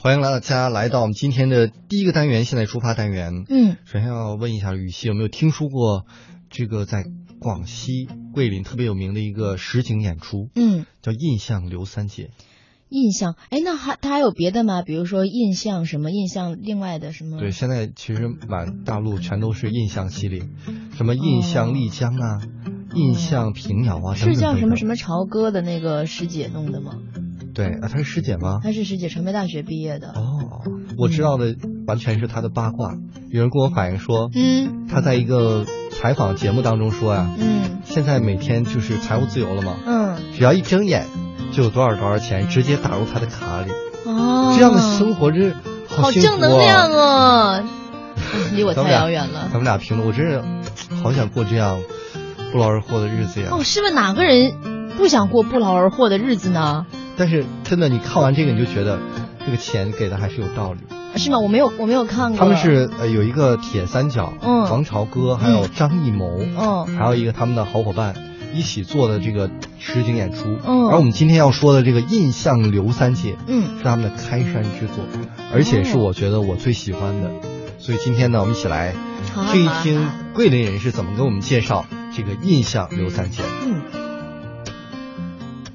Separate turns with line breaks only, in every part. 欢迎大家来到我们今天的第一个单元，现在出发单元。
嗯，
首先要问一下雨熙，有没有听说过这个在广西桂林特别有名的一个实景演出，
嗯，
叫《印象刘三姐》？
印象，哎，那还它还有别的吗？比如说印象什么印象，另外的什么？
对，，现在其实满大陆全都是印象系列，什么印象丽江啊、印象平遥啊，
哦是叫什么什
么？
么朝歌的那个师姐弄的吗？
对啊，她是师姐吗？
她是师姐，传媒大学毕业的。
哦，我知道的完全是她的八卦。有人跟我反映说，
嗯
她在一个采访节目当中说呀、
嗯
现在每天就是财务自由了嘛，
嗯，
只要一睁眼就有多少多少钱直接打入他的卡里，
哦，
这样的生活真是
好
幸福、啊、
正能量！哦，离我太遥远
咱
了。
们俩评论，我真是好想过这样不劳而获的日子呀！
哦，是不是哪个人不想过不劳而获的日子呢？
但是真的，你看完这个你就觉得这个钱给的还是有道理。
是吗？我没有，我没有看过。
他们是呃有一个铁三角，
嗯
王朝歌还有张艺谋，
嗯
还有一个他们的好伙伴一起做的这个实景演出。
嗯
而我们今天要说的这个印象刘三姐，
嗯
是他们的开山之作，而且是我觉得我最喜欢的。所以今天呢，我们一起来
好
听一
啊
好
听
好
桂林人是怎么给我们介绍这个印象刘三姐。
嗯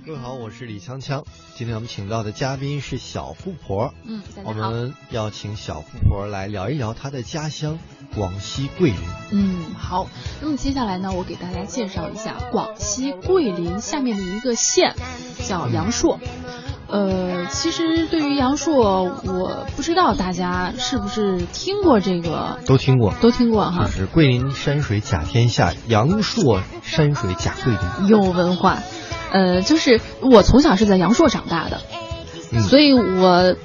各位好，我是李锵锵，今天我们请到的嘉宾是小富婆，
嗯，
我们要请小富婆来聊一聊她的家乡广西桂林。
嗯，好。那么接下来呢，我给大家介绍一下广西桂林下面的一个县，叫阳朔。呃，其实对于阳朔，我不知道大家是不是听过这个，
都听过，
都听过啊
就
哈，
是桂林山水甲天下，阳朔山水甲桂林。
有文化。呃，就是我从小是在阳朔长大的，
嗯
所以我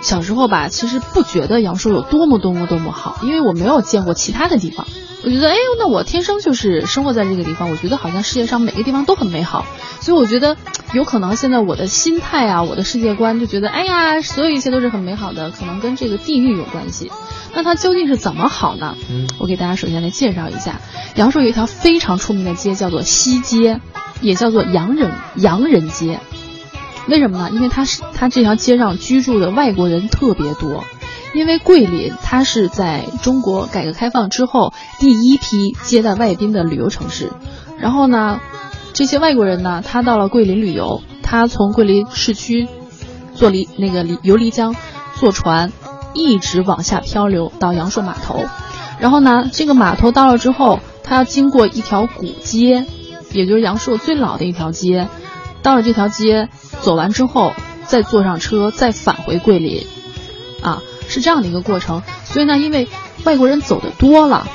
小时候吧，其实不觉得阳朔有多么多么多么好，因为我没有见过其他的地方。我觉得，哎，那我天生就是生活在这个地方，我觉得好像世界上每个地方都很美好，所以我觉得有可能现在我的心态啊，我的世界观就觉得，哎呀，所有一切都是很美好的，可能跟这个地域有关系。那它究竟是怎么好呢？
嗯
我给大家首先来介绍一下，阳朔有一条非常出名的街，叫做西街，也叫做洋人洋人街。为什么呢？因为它是它这条街上居住的外国人特别多，因为桂林它是在中国改革开放之后第一批接待外宾的旅游城市。然后呢，这些外国人呢，他到了桂林旅游，他从桂林市区坐离那个离游漓江坐船，一直往下漂流到阳朔码头。然后呢，这个码头到了之后，它要经过一条古街，也就是阳朔最老的一条街。到了这条街，走完之后，再坐上车，再返回桂林，啊，是这样的一个过程。所以呢，因为外国人走的多了，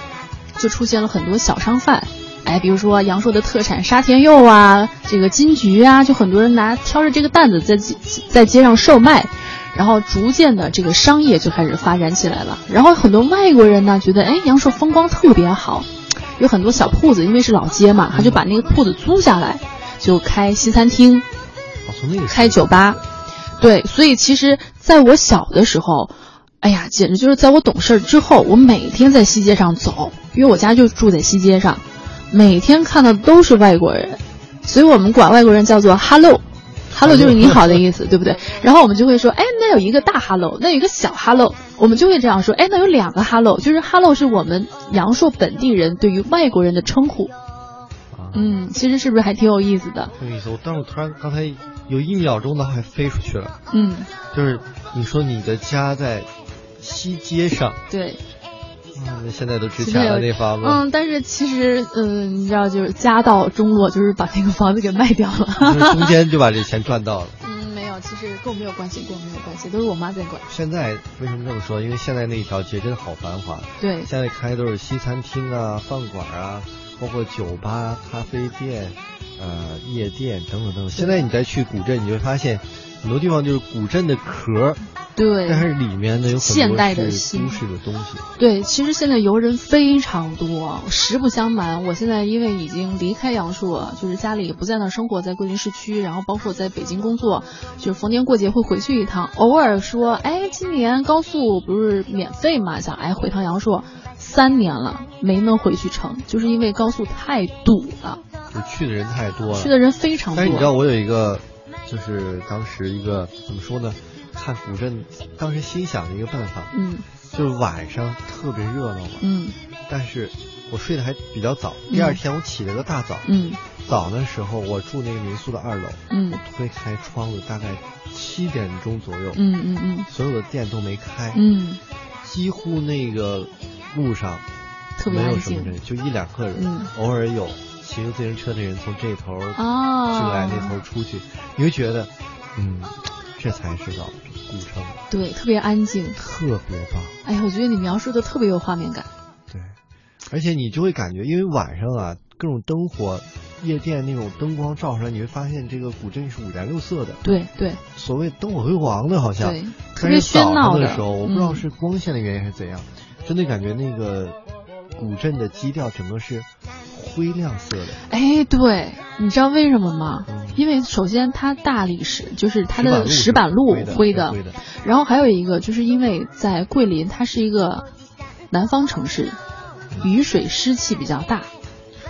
就出现了很多小商贩。哎，比如说阳朔的特产沙田柚啊，这个金桔啊，就很多人拿挑着这个担子在街在街上售卖，然后逐渐的这个商业就开始发展起来了。然后很多外国人呢，觉得哎阳朔风光特别好，有很多小铺子，因为是老街嘛，他就把那个铺子租下来，就开西餐厅，
哦从那个时候
开酒吧，对，所以其实在我小的时候，哎呀，简直就是在我懂事儿之后，我每天在西街上走，因为我家就住在西街上，每天看到都是外国人，所以我们管外国人叫做 “hello”。hello 就是你好的意思，对不对？然后我们就会说，哎，那有一个大 hello，那有一个小 hello，我们就会这样说，哎，那有两个 hello，就是 hello 是我们阳朔本地人对于外国人的称呼。
啊，
嗯，其实是不是还挺有意思的？
挺有意思。我但是我突然刚才有一秒钟脑海飞出去了，
嗯，
就是你说你的家在西街上，
对。
嗯，现在都值钱了那房子，
嗯，但是其实，嗯，你知道，就是家道中落，就是把那个房子给卖掉了。
就 是中间就把这钱赚到了。
嗯，没有，其实跟我没有关系，跟我没有关系，都是我妈在管。
现在为什么这么说？因为现在那一条街真的好繁华，
对，
现在开的都是西餐厅啊、饭馆啊，包括酒吧、咖啡店、呃夜店等等等等。现在你再去古镇，你会发现很多地方就是古镇的壳儿，
对，
但是里面呢有很多
现代的
是
新
都市的东西。
对，其实现在游人非常多。实不相瞒，我现在因为已经离开阳朔，就是家里也不在那儿生活，在桂林市区，然后包括在北京工作，就是逢年过节会回去一趟。偶尔说，哎，今年高速不是免费嘛，想哎回趟阳朔，三年了没能回去成，就是因为高速太堵了，
就是去的人太多了。哎
去的人非常多。
但是你知道，我有一个，就是当时一个怎么说呢，看古镇当时心想的一个办法，
嗯
就是晚上特别热闹嘛，
嗯
但是我睡得还比较早，第二天我起了个大早，
嗯
早的时候我住那个民宿的二楼，
嗯
我推开窗户大概七点钟左右，
嗯嗯嗯
所有的店都没开，
嗯，
几乎那个路上
特别
没有
安
什么人
静，
就一两个人，
嗯
偶尔有骑着自行车的人从这头进
哦
来，那头出去，你会觉得，嗯，这才是老古城，
对，特别安静。
特别棒。
哎呀，我觉得你描述的特别有画面感。
对，而且你就会感觉，因为晚上啊，各种灯火。夜店那种灯光照上来，你会发现这个古镇是五颜六色的，
对对
所谓灯火辉煌的，好像
对特
但
别
是
喧
早
闹
上
的
的时候，我不知道
嗯
是光线的原因还是怎样，真的感觉那个古镇的基调整个是灰亮色的，
哎，对，你知道为什么吗？
嗯
因为首先它大理石就是它的石
石
板
板
路
路
灰
是
的，
灰的是灰的
然后还有一个就是因为在桂林，它是一个南方城市，雨水湿气比较大，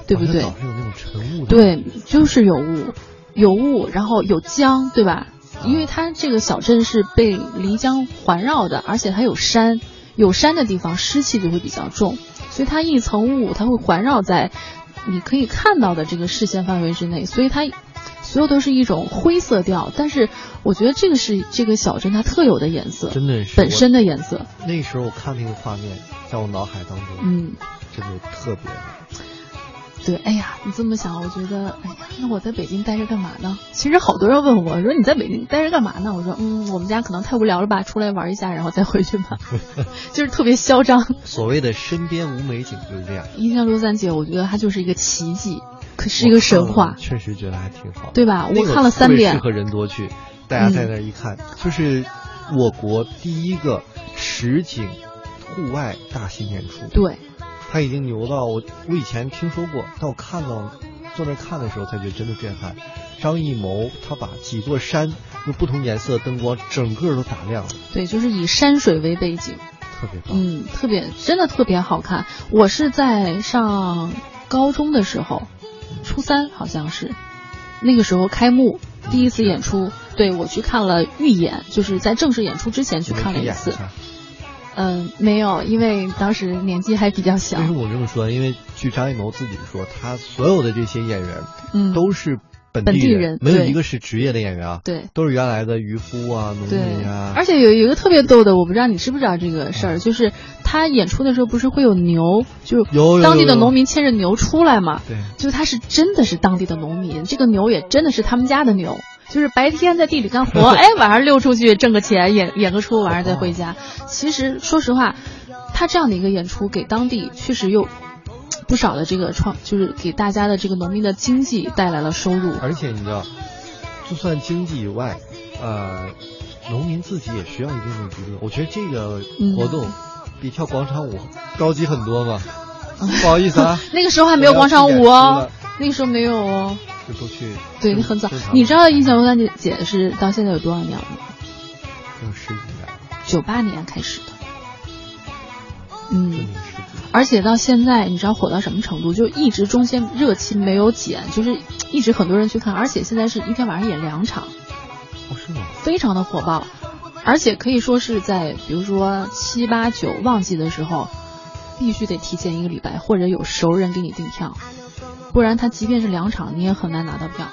对不
好像
对？
早哦上有那种晨雾的，
对，就是有雾，有雾，然后有江，对吧？
啊
因为它这个小镇是被漓江环绕的，而且它有山，有山的地方湿气就会比较重，所以它一层雾，它会环绕在你可以看到的这个视线范围之内，所以它所有都是一种灰色调。但是我觉得这个是这个小镇它特有的颜色，
真的是
本身
的。
的颜色。
那时候我看那个画面，在我脑海当中，
嗯，
真的特别美。
对，哎呀，你这么想，我觉得，哎呀，那我在北京待着干嘛呢？其实好多人问我说你在北京待着干嘛呢？我说，嗯，我们家可能太无聊了吧，出来玩一下，然后再回 去吧，就是特别嚣张。
所谓的身边无美景就是这样，
印象中三姐，我觉得她就是一个奇迹，可是一个神
我看
话
了。确实觉得还挺好，
对吧
那
啊我
个
看了三
特别
遍嗯
适合人多去，大家在那儿一看，就是我国第一个实景户外大型演出，
对，
它已经牛到我我以前听说过，但我看到坐那儿看的时候才觉得真的震撼。张艺谋他把几座山用不同颜色的灯光整个都打亮了，
对，就是以山水为背景，
特别棒。
嗯，特别真的特别好看。我是在上高中的时候，初三好像是，那个时候开幕第一次演出，对我去看了预演，就是在正式演出之前去
你们
看了
去
一
演
次。
下
嗯，没有，因为当时年纪还比较小
为。什么我这么说？因为据张艺谋自己说，他所有的这些演员
嗯，
都是本
本地
地
人
没有
对
一个是职业的演员啊，
对。
都是原来的渔夫啊、农
对
民，啊。
而且有有一个特别逗的，我不知道你知不知道这个事儿，就是他演出的时候不是会有牛，就
有有
是当地
有
的
有
农民牵着牛出来嘛，
对，
就他是真的是当地的农民，这个牛也真的是他们家的牛，就是白天在地里干活，哎，晚上溜出去挣个钱，演演个出，晚上再回家。其实说实话，他这样的一个演出给当地确实有不少的这个创，就是给大家的这个农民的经济带来了收入。，
而且你知道，就算经济以外，呃，农民自己也需要一定的娱乐。我觉得这个活动比跳广场舞高级很多嘛。不好意思啊
那个时候还没有广场舞
我
哦
要去演出，
那个时候没有哦。
了，就都去
对，
正
很早
正。常
你知道印象中三姐姐是到现在有多少年了吗？
有十几年，
九八年开始的。
真的有十几
嗯，
年。
而且到现在，你知道火到什么程度？就一直中间热期没有减，就是一直很多人去看，而且现在是一天晚上演两场，
哦，是吗？
非常的火爆，而且可以说是在比如说七八九旺季的时候，必须得提前一个礼拜，或者有熟人给你订票，不然他即便是两场，你也很难拿到票，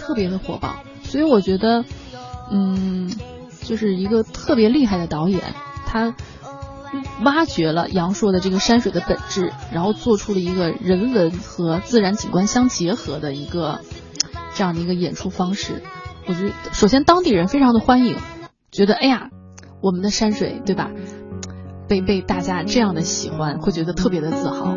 特别的火爆。所以我觉得，嗯，就是一个特别厉害的导演，他挖掘了杨烁的这个山水的本质，然后做出了一个人文和自然景观相结合的一个这样的一个演出方式。我觉得，首先当地人非常的欢迎，觉得哎呀，我们的山水对吧，被被大家这样的喜欢，会觉得特别的自豪。